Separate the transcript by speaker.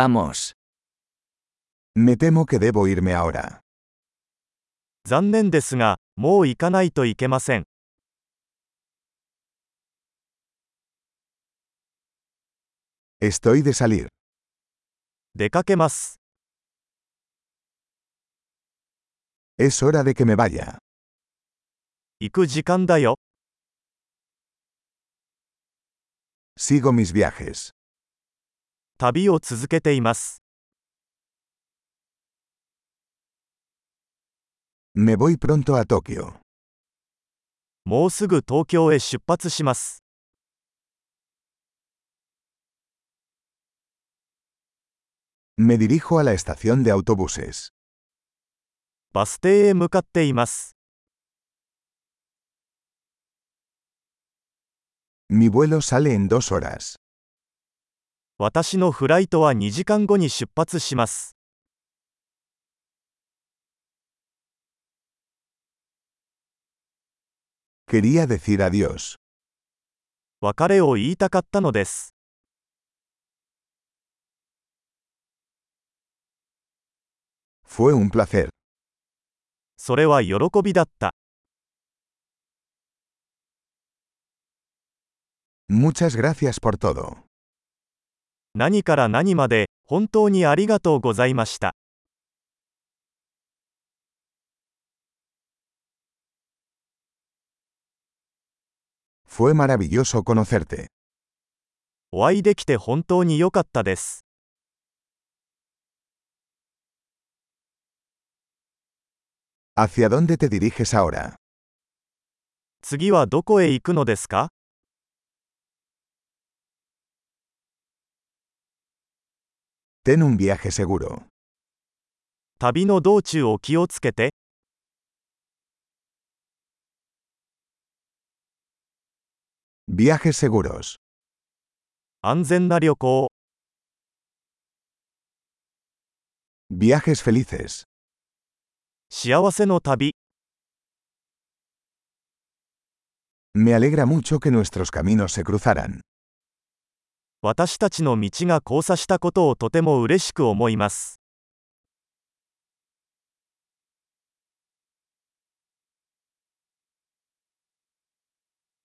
Speaker 1: Vamos.
Speaker 2: Me temo que debo irme ahora.
Speaker 3: 残念ですが、もう行かないといけません。
Speaker 2: Estoy de salir.
Speaker 3: 出かけます。
Speaker 2: Es hora de que me vaya.
Speaker 3: 行く時間だよ。
Speaker 2: Sigo mis viajes.
Speaker 3: 旅を続けています。
Speaker 2: Me voy pronto a Tokio.
Speaker 3: もうすぐ東京へ出発します。
Speaker 2: Me dirijo a la estación de autobuses.
Speaker 3: バス停へ向かっています。
Speaker 2: Mi vuelo sale en dos horas.
Speaker 3: 私のフライトは2時間後に出発します。
Speaker 2: Quería decir adiós.
Speaker 3: 別れを言いたかったのです。
Speaker 2: Fue un placer.
Speaker 3: それは喜びだった。
Speaker 2: Muchas gracias por todo.
Speaker 3: 何から何まで、本当にありがとうございました。
Speaker 2: Fue maravilloso conocerte.
Speaker 3: お会いできて本当に良かったです。
Speaker 2: ¿Hacia dónde te diriges ahora?
Speaker 3: 次はどこへ行くのですか
Speaker 2: Ten un viaje seguro.
Speaker 3: 旅の道中を気をつけて、
Speaker 2: Viajes seguros.
Speaker 3: 安全な旅行を、
Speaker 2: Viajes felices.
Speaker 3: 幸せの旅。
Speaker 2: Me alegra mucho que nuestros caminos se cruzaran.
Speaker 3: 私たちの道が交差したことをとても嬉しく思います。